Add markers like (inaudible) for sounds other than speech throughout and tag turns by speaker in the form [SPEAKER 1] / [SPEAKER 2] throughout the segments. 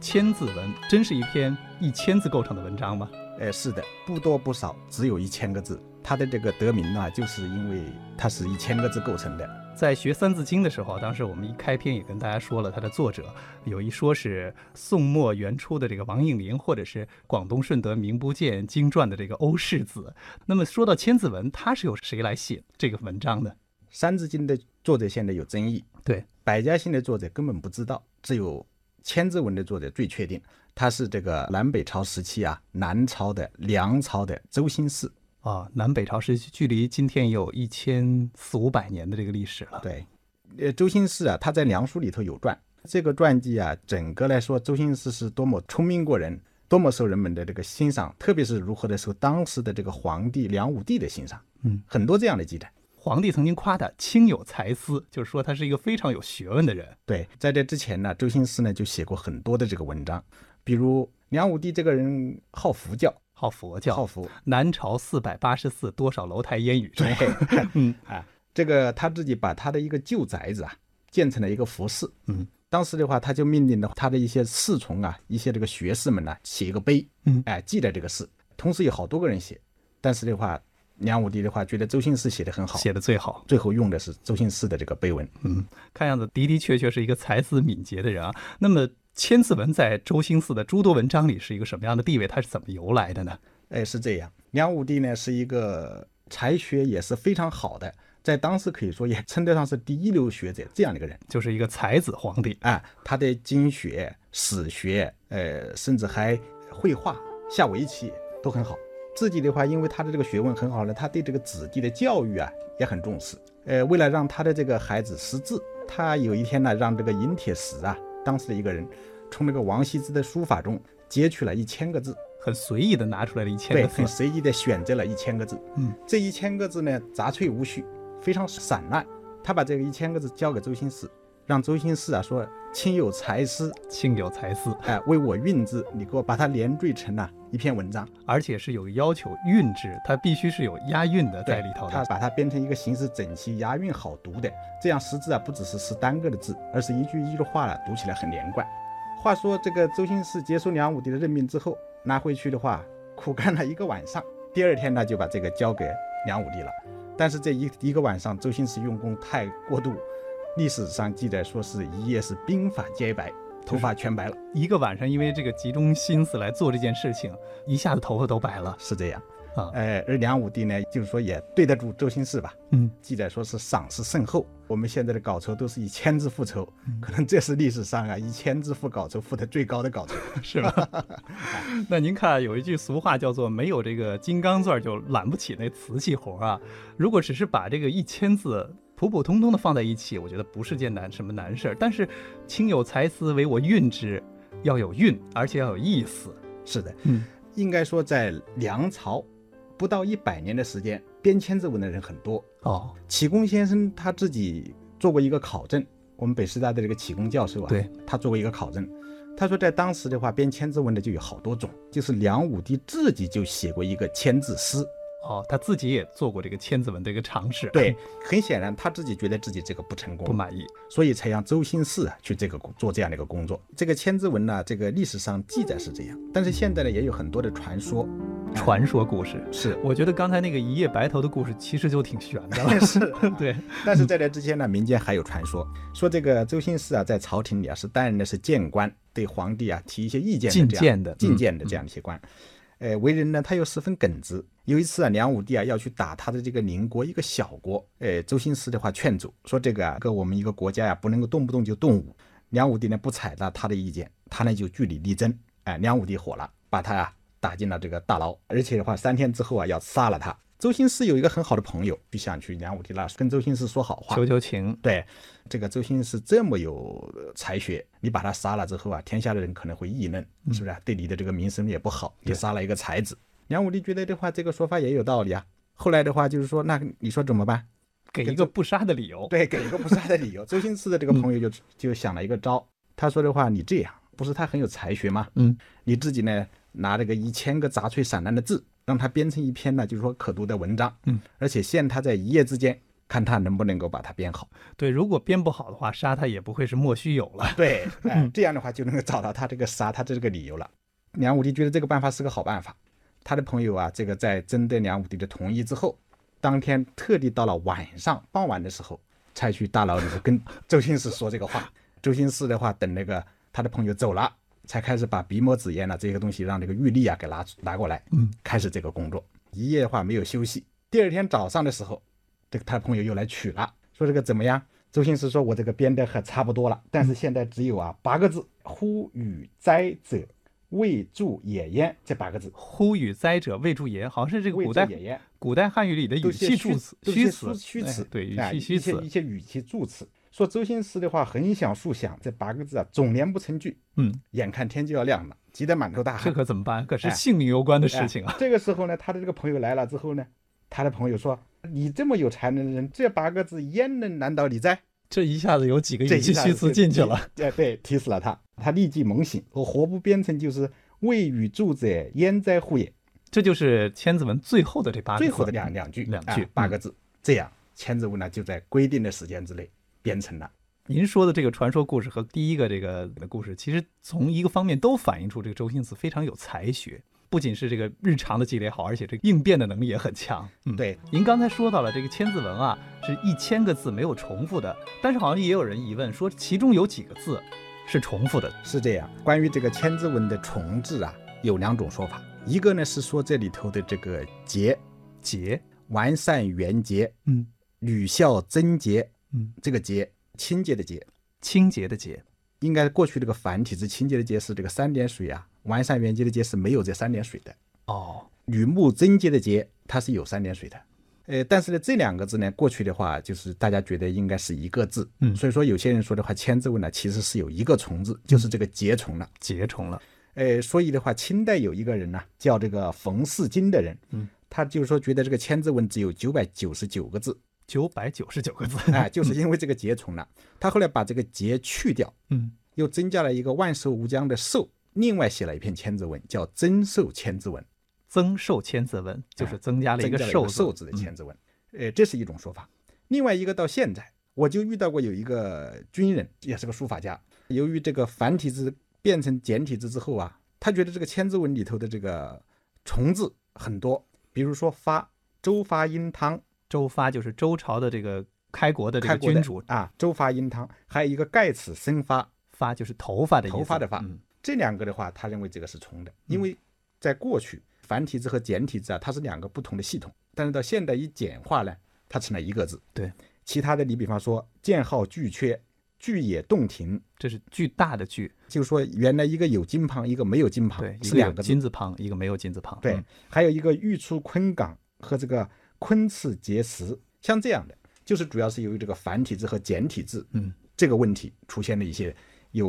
[SPEAKER 1] 千字文，真是一篇一千字构成的文章吗？
[SPEAKER 2] 呃，是的，不多不少，只有一千个字。它的这个得名呢、就是因为它是一千个字构成的。
[SPEAKER 1] 在学《三字经》的时候，当时我们一开篇也跟大家说了，它的作者有一说是宋末元初的这个王应麟，或者是广东顺德名不见经传的这个欧世子。那么说到千字文，它是由谁来写这个文章的？
[SPEAKER 2] 《三字经》的作者现在有争议，
[SPEAKER 1] 对，
[SPEAKER 2] 百家姓的作者根本不知道，只有千字文的作者最确定，他是这个南北朝时期啊，南朝的、梁朝的周兴世。
[SPEAKER 1] 啊，南北朝时期距离今天有一千四五百年的这个历史了。
[SPEAKER 2] 对，呃，周星驰啊，他在《梁书》里头有传，这个传记啊，整个来说，周星驰是多么聪明过人，多么受人们的这个欣赏，特别是如何的受当时的这个皇帝梁武帝的欣赏，
[SPEAKER 1] 嗯，
[SPEAKER 2] 很多这样的记载。
[SPEAKER 1] 皇帝曾经夸他清有才思，就是说他是一个非常有学问的人。
[SPEAKER 2] 对，在这之前呢，周星驰呢就写过很多的这个文章，比如梁武帝这个人好佛教，
[SPEAKER 1] 好佛教，
[SPEAKER 2] 好佛，
[SPEAKER 1] 南朝四百八十寺，多少楼台烟雨中。
[SPEAKER 2] 对，
[SPEAKER 1] (laughs) 嗯
[SPEAKER 2] 啊，这个他自己把他的一个旧宅子啊，建成了一个佛寺。
[SPEAKER 1] 嗯，
[SPEAKER 2] 当时的话，他就命令了他的一些侍从啊，一些这个学士们呢、啊写一个碑，
[SPEAKER 1] 嗯
[SPEAKER 2] 哎，记载这个事。同时有好多个人写，但是的话，梁武帝的话觉得周星驰写的很好，
[SPEAKER 1] 写的最好。
[SPEAKER 2] 最后用的是周星驰的这个碑文。
[SPEAKER 1] 嗯，看样子的的确确是一个才思敏捷的人啊。那么千字文在周兴嗣的诸多文章里是一个什么样的地位？它是怎么由来的呢？
[SPEAKER 2] 哎，是这样。梁武帝呢是一个才学也是非常好的，在当时可以说也称得上是第一流学者这样的一个人。
[SPEAKER 1] 就是一个才子皇帝。
[SPEAKER 2] 啊，他的经学、史学，呃，甚至还绘画、下围棋都很好。自己的话，因为他的这个学问很好呢，他对这个子弟的教育啊也很重视。呃，为了让他的这个孩子识字，他有一天呢，让这个尹铁石啊，当时的一个人，从那个王羲之的书法中截取了一千个字，
[SPEAKER 1] 很随意的拿出来了一千
[SPEAKER 2] 对，
[SPEAKER 1] 个字
[SPEAKER 2] 很，随意的选择了一千个字。
[SPEAKER 1] 嗯，
[SPEAKER 2] 这一千个字呢，杂萃无序，非常散乱。他把这个一千个字交给周星驰，让周星驰啊说：“亲有才思，
[SPEAKER 1] 清有才思，
[SPEAKER 2] 哎、为我韵之，你给我把它连缀成了、一篇文章，
[SPEAKER 1] 而且是有要求韵致，它必须是有押韵的在
[SPEAKER 2] 对
[SPEAKER 1] 里头
[SPEAKER 2] 他
[SPEAKER 1] 的。
[SPEAKER 2] 把它编成一个形式整齐、押韵好读的，这样识字啊，不只是识单个的字，而是一句一句的话了、读起来很连贯。话说这个周星驰结束梁武帝的任命之后，拿回去的话，苦干了一个晚上，第二天呢就把这个交给梁武帝了。但是这一一个晚上，周星驰用功太过度，历史上记载说是一夜是鬓发皆白，头发全白了。
[SPEAKER 1] 一个晚上，因为这个集中心思来做这件事情，一下子头发都白了
[SPEAKER 2] 是这样
[SPEAKER 1] 啊。
[SPEAKER 2] 哎，而梁武帝呢，就是说也对得住周星驰吧，
[SPEAKER 1] 嗯，
[SPEAKER 2] 记载说是赏识甚厚。我们现在的稿酬都是以千字赋酬，
[SPEAKER 1] 嗯
[SPEAKER 2] 可能这是历史上啊以千字赋稿酬付的最高的稿酬。
[SPEAKER 1] 是吧？那您看，有一句俗话叫做“没有这个金刚钻儿就揽不起那瓷器活儿”啊。如果只是把这个一千字普普通通的放在一起，我觉得不是件难什么难事儿。但是“卿有才思，惟我韵之”，要有韵，而且要有意思。
[SPEAKER 2] 是的，
[SPEAKER 1] 嗯，
[SPEAKER 2] 应该说在梁朝不到一百年的时间，编千字文的人很多。
[SPEAKER 1] 哦，
[SPEAKER 2] 启功先生他自己做过一个考证，我们北师大的这个启功教授啊，
[SPEAKER 1] 对，
[SPEAKER 2] 他做过一个考证，他说在当时的话，编千字文的就有好多种，就是梁武帝自己就写过一个千字诗。
[SPEAKER 1] 哦，他自己也做过这个千字文的一个尝试，
[SPEAKER 2] 对，，很显然他自己觉得自己这个不成
[SPEAKER 1] 嗯不
[SPEAKER 2] 功，
[SPEAKER 1] 满意。
[SPEAKER 2] 所以才让周星驰啊去这个工做这样的一个工作。这个千字文呢，这个历史上记载是这样，但是现在呢也有很多的传说，
[SPEAKER 1] 传说故事， (laughs)
[SPEAKER 2] 是
[SPEAKER 1] 我觉得刚才那个一夜白头的故事其实就挺悬的
[SPEAKER 2] (laughs)
[SPEAKER 1] 了。
[SPEAKER 2] 是。
[SPEAKER 1] 对，
[SPEAKER 2] 但是在这之前呢，民间还有传说，说这个周星驰啊，在朝廷里啊是担任的是谏官，对皇帝啊提一些意见
[SPEAKER 1] 进
[SPEAKER 2] 的这
[SPEAKER 1] 谏
[SPEAKER 2] 样
[SPEAKER 1] 的
[SPEAKER 2] 进
[SPEAKER 1] 嗯
[SPEAKER 2] 谏的这样一些官。呃，为人呢，他又十分耿直。有一次啊，梁武帝啊要去打他的这个邻国一个小国，呃，周星驰的话劝阻说这个啊，跟我们一个国家呀、不能够动不动就动武。梁武帝呢不采纳他的意见，他呢就据理力争。哎、梁武帝火了，把他啊打进了这个大牢，而且的话三天之后啊要杀了他。周星驰有一个很好的朋友，就想去梁武帝那跟周星驰说好话，
[SPEAKER 1] 求求情，
[SPEAKER 2] 对，这个周星驰这么有呃才学，你把他杀了之后啊，天下的人可能会议论，是不是、啊？对你的这个名声也不好，你杀了一个才子。梁武帝觉得的话，这个说法也有道理啊。后来的话就是说，那你说怎么办？
[SPEAKER 1] 给一个不杀的理由。
[SPEAKER 2] 对，给一个不杀的理由。周星驰的这个朋友 (laughs) 就就想了一个招，他说的话，你这样不是他很有才学吗？
[SPEAKER 1] 嗯，
[SPEAKER 2] 你自己呢拿这个一千个杂碎散乱的字，让他编成一篇呢，就是说可读的文章。
[SPEAKER 1] 嗯，
[SPEAKER 2] 而且限他在一夜之间看他能不能够把它编好。
[SPEAKER 1] 对，如果编不好的话，杀他也不会是莫须有了。
[SPEAKER 2] 对，哎，这样的话就能够找到他这个杀他这个理由了。梁武帝觉得这个办法是个好办法，他的朋友啊，这个在征得梁武帝的同意之后，当天特地到了晚上傍晚的时候，才去大牢里头跟周星驰说这个话。 (laughs) 周星驰的话，等那个他的朋友走了，才开始把笔墨纸砚呐、这些东西让这个玉历啊给拿出拿过来，
[SPEAKER 1] 嗯，
[SPEAKER 2] 开始这个工作。一夜的话没有休息，第二天早上的时候，这个他的朋友又来取了，说这个怎么样？周星驰说：“我这个编的还差不多了，但是现在只有啊八个字：呼与哉者，未著也焉。”这八个字，
[SPEAKER 1] 呼与哉者，未助也，好像是这个
[SPEAKER 2] 未
[SPEAKER 1] 古
[SPEAKER 2] 著
[SPEAKER 1] 代
[SPEAKER 2] 也焉，
[SPEAKER 1] 古代汉语里的
[SPEAKER 2] 都
[SPEAKER 1] 语
[SPEAKER 2] 是些
[SPEAKER 1] 气
[SPEAKER 2] 虚
[SPEAKER 1] 助词、
[SPEAKER 2] 都是些
[SPEAKER 1] 词、
[SPEAKER 2] 虚
[SPEAKER 1] 哎
[SPEAKER 2] 词，
[SPEAKER 1] 对，语
[SPEAKER 2] 哎
[SPEAKER 1] 气
[SPEAKER 2] 一
[SPEAKER 1] 虚
[SPEAKER 2] 些
[SPEAKER 1] 词
[SPEAKER 2] 一。些语气助词。说周星驰的话很想速想，这八个字啊总连不成句，
[SPEAKER 1] 嗯，
[SPEAKER 2] 眼看天就要亮了，急得满头大汗。
[SPEAKER 1] 这可怎么办？可是
[SPEAKER 2] 哎
[SPEAKER 1] 性命攸关的事情啊！
[SPEAKER 2] 哎这个时候呢，他的这个朋友来了之后呢，他的朋友说：“你这么有才能的人，这八个字焉能难倒你哉？”
[SPEAKER 1] 这一下子有几个
[SPEAKER 2] 这
[SPEAKER 1] 语
[SPEAKER 2] 一
[SPEAKER 1] 气
[SPEAKER 2] 下
[SPEAKER 1] 虚
[SPEAKER 2] 子
[SPEAKER 1] 词
[SPEAKER 2] 就
[SPEAKER 1] 进去
[SPEAKER 2] 提
[SPEAKER 1] 了。。
[SPEAKER 2] 哎，对，提死了他，他立即猛醒，我活不编程就是未与助者焉哉乎也。
[SPEAKER 1] 这就是千字文最后的这八个字，
[SPEAKER 2] 最后的两两句，
[SPEAKER 1] 两句
[SPEAKER 2] 啊、八
[SPEAKER 1] 嗯
[SPEAKER 2] 个字，这样千字文呢就在规定的时间之内编成了。
[SPEAKER 1] 您说的这个传说故事和第一个这个的故事，其实从一个方面都反映出这个周星驰非常有才学，不仅是这个日常的积累好，而且这个应变的能力也很强。嗯，。
[SPEAKER 2] 对，
[SPEAKER 1] 您刚才说到了这个千字文啊，是一千个字没有重复的，但是好像也有人疑问说，其中有几个字是重复的？
[SPEAKER 2] 是这样。关于这个千字文的重置啊，有两种说法，一个呢是说这里头的这个节
[SPEAKER 1] 节，
[SPEAKER 2] 完善元节，
[SPEAKER 1] 嗯
[SPEAKER 2] 履孝贞节，
[SPEAKER 1] 嗯，
[SPEAKER 2] 这个节清洁的节，
[SPEAKER 1] 清洁的洁，
[SPEAKER 2] 应该过去这个繁体字清洁的洁是这个三点水啊，完善元节的节是没有这三点水的。
[SPEAKER 1] 哦，
[SPEAKER 2] 吕木贞节的节，它是有三点水的。呃，但是呢，这两个字呢，过去的话就是大家觉得应该是一个字，
[SPEAKER 1] 嗯
[SPEAKER 2] 所以说有些人说的话，千字文呢其实是有一个虫字，就是这个节虫了。
[SPEAKER 1] 节重了，
[SPEAKER 2] 呃，所以的话，清代有一个人呢、叫这个冯世经的人，
[SPEAKER 1] 嗯，
[SPEAKER 2] 他就说觉得这个千字文只有九百九十九个字，
[SPEAKER 1] 九百九十九个字，
[SPEAKER 2] 哎、
[SPEAKER 1] (laughs)
[SPEAKER 2] 就是因为这个节虫了，他后来把这个节去掉，
[SPEAKER 1] 嗯，
[SPEAKER 2] 又增加了一个万寿无疆的寿，另外写了一篇千字文，叫增寿千字文。
[SPEAKER 1] 增寿千字文就是
[SPEAKER 2] 哎
[SPEAKER 1] 增加了一
[SPEAKER 2] 增
[SPEAKER 1] 个
[SPEAKER 2] 加了
[SPEAKER 1] 寿嗯
[SPEAKER 2] 寿字的千字文，呃，这是一种说法。另外一个到现在，我就遇到过有一个军人，也是个书法家，由于这个繁体字变成简体字之后啊，他觉得这个千字文里头的这个虫字很多，比如说发周发殷汤，
[SPEAKER 1] 周发就是周朝的这个开国的这
[SPEAKER 2] 开
[SPEAKER 1] 个
[SPEAKER 2] 国
[SPEAKER 1] 君
[SPEAKER 2] 的
[SPEAKER 1] 主，
[SPEAKER 2] 啊，周发殷汤，还有一个盖齿生发，
[SPEAKER 1] 发就是头发的意思，
[SPEAKER 2] 头发的发
[SPEAKER 1] 嗯
[SPEAKER 2] 这两个的话，他认为这个是重的，因为在过去繁体字和简体字啊，它是两个不同的系统，但是到现代一简化呢，它成了一个字。
[SPEAKER 1] 对，
[SPEAKER 2] 其他的你比方说建号巨阙、巨野洞庭，
[SPEAKER 1] 这是巨大的巨，
[SPEAKER 2] 就是说原来一个有金旁，一个没有金旁
[SPEAKER 1] 对，，一
[SPEAKER 2] 是
[SPEAKER 1] 个有
[SPEAKER 2] 两个字。
[SPEAKER 1] 金字旁，一个没有金字旁，
[SPEAKER 2] 对，
[SPEAKER 1] 嗯
[SPEAKER 2] 还有一个欲出昆冈和这个昆次结石，像这样的，就是主要是由于这个繁体字和简体字，
[SPEAKER 1] 嗯，
[SPEAKER 2] 这个问题出现了一些有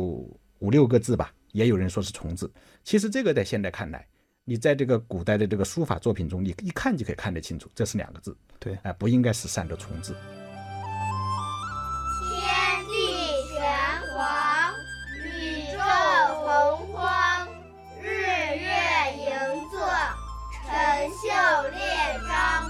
[SPEAKER 2] 五六个字吧，也有人说是重字。其实这个在现在看来，你在这个古代的这个书法作品中，你一看就可以看得清楚，这是两个字，
[SPEAKER 1] 对
[SPEAKER 2] 哎、不应该是三个重字。
[SPEAKER 3] 天地玄黄，宇宙洪荒，日月盈仄，辰宿列张。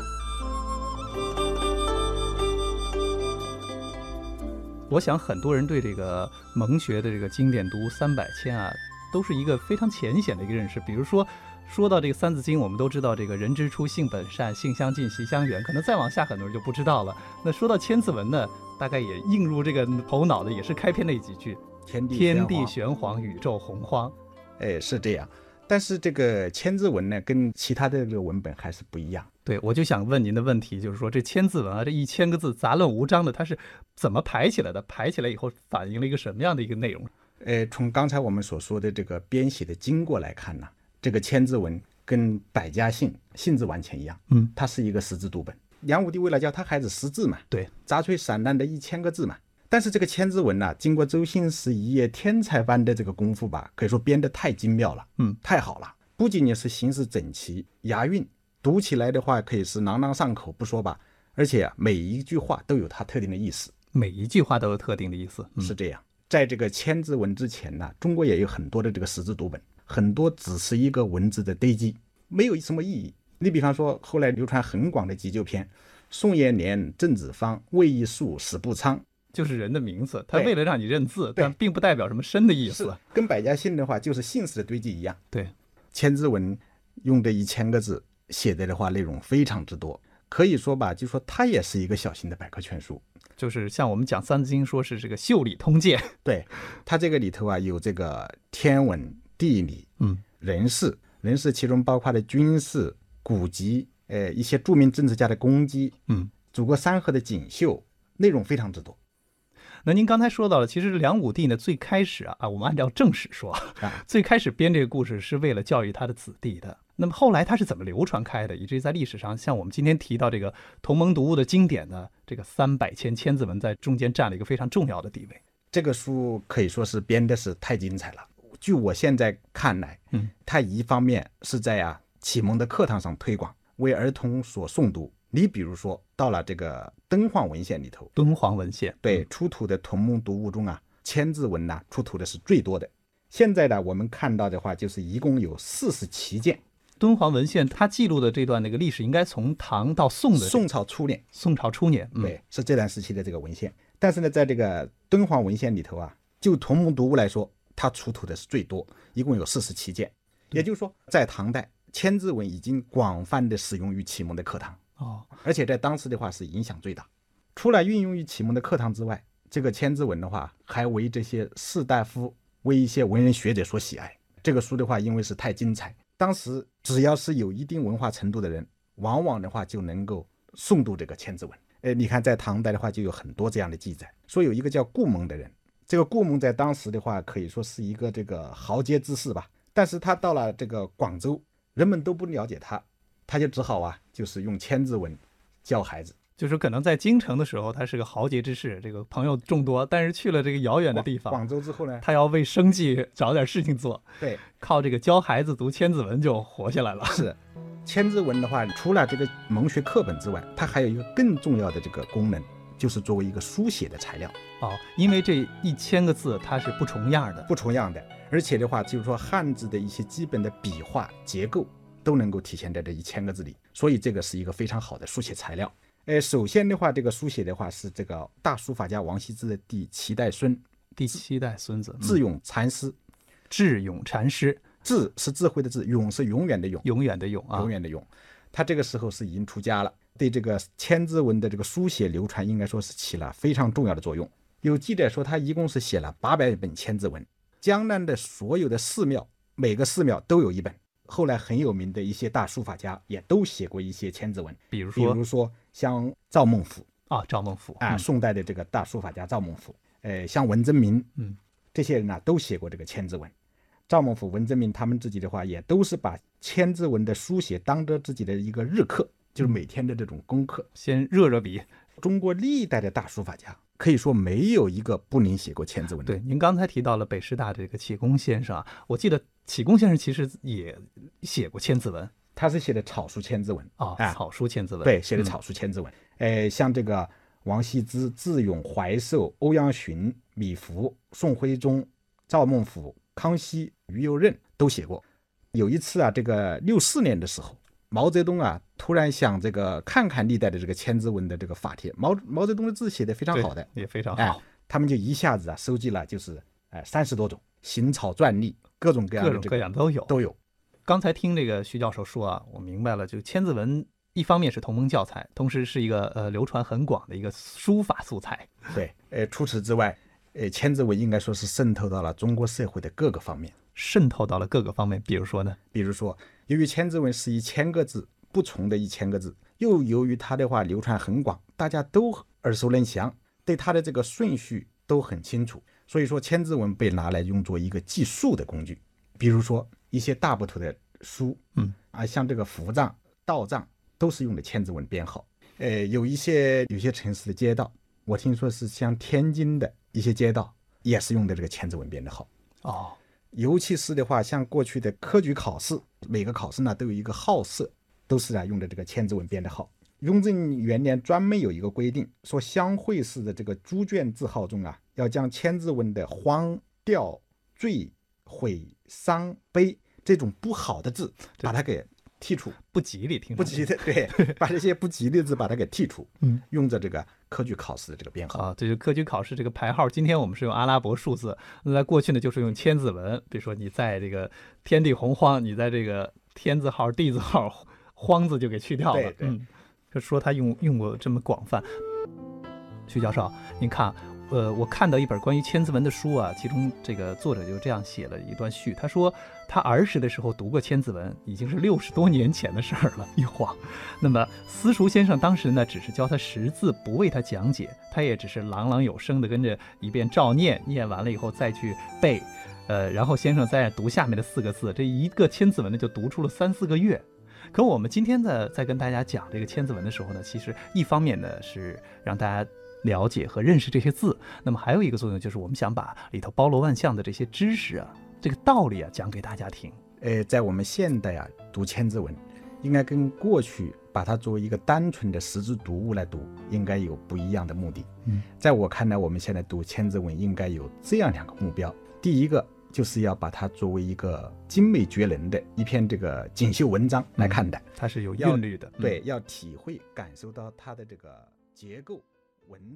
[SPEAKER 1] 我想很多人对这个蒙学的这个经典读物三百千啊，都是一个非常浅显的一个认识。比如说，说到这个《三字经》，我们都知道这个“人之初，性本善，性相近，习相远”，可能再往下很多人就不知道了。那说到千字文呢，大概也映入这个头脑的也是开篇那几句“
[SPEAKER 2] 天地
[SPEAKER 1] 天
[SPEAKER 2] 玄
[SPEAKER 1] 地
[SPEAKER 2] 黄
[SPEAKER 1] 玄黄，宇宙洪荒
[SPEAKER 2] 哎，是这样。但是这个千字文呢，跟其他的这个文本还是不一样。”。
[SPEAKER 1] 对，我就想问您的问题，就是说这千字文啊，这一千个字杂乱无章的，它是怎么排起来的？排起来以后反映了一个什么样的一个内容？
[SPEAKER 2] 呃，从刚才我们所说的这个编写的经过来看呢，这个千字文跟百家姓性质完全一样，
[SPEAKER 1] 嗯，
[SPEAKER 2] 它是一个识字读本。梁武帝为了教他孩子识字嘛，
[SPEAKER 1] 对，
[SPEAKER 2] 杂碎散乱的一千个字嘛。但是这个千字文呐、经过周星驰一夜天才般的这个功夫吧，可以说编得太精妙了，
[SPEAKER 1] 嗯，
[SPEAKER 2] 太好了。不仅仅是形式整齐、押韵，读起来的话可以是朗朗上口不说吧，而且、啊、每一句话都有它特定的意思。
[SPEAKER 1] 每一句话都有特定的意思，嗯、
[SPEAKER 2] 是这样。在这个千字文之前呢，中国也有很多的这个识字读本，很多只是一个文字的堆积，没有什么意义。你比方说，后来流传很广的急救篇，宋延年、郑子方、魏义肃、史步昌。
[SPEAKER 1] 就是人的名字，他
[SPEAKER 2] 对
[SPEAKER 1] 为了让你认字，
[SPEAKER 2] 对
[SPEAKER 1] 但并不代表什么深的意
[SPEAKER 2] 是
[SPEAKER 1] 思。
[SPEAKER 2] 跟百家姓的话，就是姓氏的堆积一样。
[SPEAKER 1] 对，
[SPEAKER 2] 千字文用这一千个字写的的话，内容非常之多，可以说吧，就说它也是一个小型的百科全书。
[SPEAKER 1] 就是像我们讲《三字经》，说是这个秀理通
[SPEAKER 2] (laughs)
[SPEAKER 1] 鉴，
[SPEAKER 2] 对，它这个里头啊，有这个天文、地理、
[SPEAKER 1] 嗯，
[SPEAKER 2] 人事，人事其中包括了军事、古籍，呃，一些著名政治家的功绩，
[SPEAKER 1] 嗯，
[SPEAKER 2] 祖国山河的锦绣，内容非常之多。
[SPEAKER 1] 那您刚才说到了，其实梁武帝呢，最开始啊啊，我们按照正史说，
[SPEAKER 2] (laughs) 啊
[SPEAKER 1] 最开始编这个故事是为了教育他的子弟的。那么后来他是怎么流传开的，以至于在历史上，像我们今天提到这个同盟读物的经典呢，这个三百千千字文在中间占了一个非常重要的地位。
[SPEAKER 2] 这个书可以说是编的是太精彩了。据我现在看来，
[SPEAKER 1] 嗯，
[SPEAKER 2] 它一方面是在啊启蒙的课堂上推广，为儿童所诵读。你比如说，到了这个敦煌文献里头，
[SPEAKER 1] 敦煌文献，
[SPEAKER 2] 对出土的同盟读物中啊，千字文呐、出土的是最多的。现在呢，我们看到的话，就是一共有四十七件。
[SPEAKER 1] 敦煌文献它记录的这段那个历史，应该从唐到宋的这
[SPEAKER 2] 宋朝初年，
[SPEAKER 1] 宋朝初年，嗯，
[SPEAKER 2] 对，是这段时期的这个文献。但是呢，在这个敦煌文献里头啊，就同盟读物来说，它出土的是最多，一共有四十七件。也就是说，在唐代，千字文已经广泛的使用于启蒙的课堂，
[SPEAKER 1] 哦，
[SPEAKER 2] 而且在当时的话是影响最大。除了运用于启蒙的课堂之外，这个千字文的话，还为这些士大夫、为一些文人学者所喜爱。这个书的话，因为是太精彩，当时只要是有一定文化程度的人，往往的话就能够诵读这个千字文。呃，你看在唐代的话，就有很多这样的记载，说有一个叫顾蒙的人，这个顾蒙在当时的话，可以说是一个这个豪杰之士吧。但是他到了这个广州，人们都不了解他，他就只好啊，就是用千字文教孩子。
[SPEAKER 1] 就是可能在京城的时候，他是个豪杰之士，这个朋友众多，但是去了这个遥远的地
[SPEAKER 2] 广
[SPEAKER 1] 方，
[SPEAKER 2] 州之后
[SPEAKER 1] (laughs)
[SPEAKER 2] 呢，
[SPEAKER 1] 他要为生计找点事情做，
[SPEAKER 2] 对，
[SPEAKER 1] 靠这个教孩子读千字文就活下来了。
[SPEAKER 2] 是千字文的话，除了这个蒙学课本之外，它还有一个更重要的这个功能，就是作为一个书写的材料，
[SPEAKER 1] 哦，因为这一千个字它是不重样的。
[SPEAKER 2] 不重样的。而且的话，就是说汉字的一些基本的笔画结构都能够体现在这一千个字里，所以这个是一个非常好的书写材料。呃，首先的话，这个书写的话是这个大书法家王羲之的第七代孙
[SPEAKER 1] 第七代孙子嗯
[SPEAKER 2] 智勇禅师，
[SPEAKER 1] 智勇禅师，
[SPEAKER 2] 智是智慧的智，勇是永远的勇，
[SPEAKER 1] 永远的勇啊
[SPEAKER 2] 永，远的勇。他这个时候是已经出家了，对这个千字文的这个书写流传，应该说是起了非常重要的作用。有记载说，他一共是写了八百本千字文，江南的所有的寺庙，每个寺庙都有一本。后来很有名的一些大书法家也都写过一些千字文，
[SPEAKER 1] 比如
[SPEAKER 2] 比
[SPEAKER 1] 说
[SPEAKER 2] 如说像赵孟俯
[SPEAKER 1] 啊，赵孟俯
[SPEAKER 2] 啊，
[SPEAKER 1] 嗯
[SPEAKER 2] 宋代的这个大书法家赵孟俯，呃，像文征明，
[SPEAKER 1] 嗯，
[SPEAKER 2] 这些人呢、都写过这个千字文。赵孟頫、文征明他们自己的话，也都是把千字文的书写当着自己的一个日课，就是每天的这种功课。
[SPEAKER 1] 先热热笔。
[SPEAKER 2] 中国历代的大书法家可以说没有一个不能写过千字文的。
[SPEAKER 1] 对，，您刚才提到了北师大这个启功先生啊，我记得启功先生其实也写过千字文
[SPEAKER 2] 他是写的草书千字文
[SPEAKER 1] 啊，
[SPEAKER 2] 哎
[SPEAKER 1] 草书千字文。
[SPEAKER 2] 对，写的
[SPEAKER 1] 嗯
[SPEAKER 2] 草书千字文。呃，像这个王羲之、智勇、怀寿、欧阳询、米芾、宋徽宗、赵孟頫、康熙、于右任都写过。有一次啊，这个六四年的时候，毛泽东啊突然想这个看看历代的这个千字文的这个法帖，毛毛泽东的字写的非常
[SPEAKER 1] 对
[SPEAKER 2] 好的，
[SPEAKER 1] 也非常
[SPEAKER 2] 哎
[SPEAKER 1] 好，，
[SPEAKER 2] 他们就一下子啊收集了就是哎三十多种行草篆隶，各种各样
[SPEAKER 1] 各
[SPEAKER 2] 的
[SPEAKER 1] 种
[SPEAKER 2] 这
[SPEAKER 1] 各
[SPEAKER 2] 个
[SPEAKER 1] 样都有。
[SPEAKER 2] 都有。
[SPEAKER 1] 刚才听这个徐教授说啊，我明白了，就千字文一方面是同盟教材，同时是一个呃流传很广的一个书法素材。
[SPEAKER 2] 对，呃，除此之外，呃，千字文应该说是渗透到了中国社会的各个方面。
[SPEAKER 1] 渗透到了各个方面，比如说呢，
[SPEAKER 2] 比如说，由于千字文是一千个字不重的一千个字，又由于它的话流传很广，大家都耳熟能详，对它的这个顺序都很清楚，所以说千字文被拿来用作一个计数的工具。比如说一些大部头的书，
[SPEAKER 1] 嗯，
[SPEAKER 2] 啊，像这个伏藏、道藏都是用的千字文编号。呃，有一些有些城市的街道，我听说是像天津的一些街道也是用的这个千字文编的号。
[SPEAKER 1] 哦，
[SPEAKER 2] 尤其是的话，像过去的科举考试，每个考试呢都有一个号社，都是啊用的这个千字文编的号。雍正元年专门有一个规定，说乡会式的这个猪圈字号中啊，要将千字文的荒、调、罪、毁、伤、悲这种不好的字，把它给剔除
[SPEAKER 1] 不吉利，听
[SPEAKER 2] 不吉的，对， (laughs) 把这些不吉利的字把它给剔除，
[SPEAKER 1] 嗯，
[SPEAKER 2] 用着这个科举考试的这个编号。
[SPEAKER 1] 啊，这就科举考试这个排号。今天我们是用阿拉伯数字，那在过去呢就是用千字文。比如说你在这个天地洪荒，你在这个天字号、地字号、荒字就给去掉了。
[SPEAKER 2] 对对
[SPEAKER 1] 嗯，就说它用用过这么广泛。徐教授，您看，呃，我看到一本关于千字文的书啊，其中这个作者就这样写了一段序，他说他儿时的时候读过千字文，已经是六十多年前的事儿了，一晃。那么私塾先生当时呢，只是教他识字，不为他讲解，他也只是朗朗有声的跟着一遍照念，念完了以后再去背，呃，然后先生再读下面的四个字，这一个千字文呢就读出了三四个月。可我们今天呢，在跟大家讲这个千字文的时候呢，其实一方面呢是让大家了解和认识这些字，那么还有一个作用就是我们想把里头包罗万象的这些知识啊，这个道理啊讲给大家听。
[SPEAKER 2] 呃，在我们现代啊，读千字文，应该跟过去把它作为一个单纯的识字读物来读，应该有不一样的目的。
[SPEAKER 1] 嗯，
[SPEAKER 2] 在我看来，我们现在读千字文应该有这样两个目标：第一个就是要把它作为一个精美绝伦的一篇这个锦绣文章来看待，
[SPEAKER 1] 它是有
[SPEAKER 2] 要
[SPEAKER 1] 韵律的，嗯
[SPEAKER 2] 对，要体会感受到它的这个结构文字。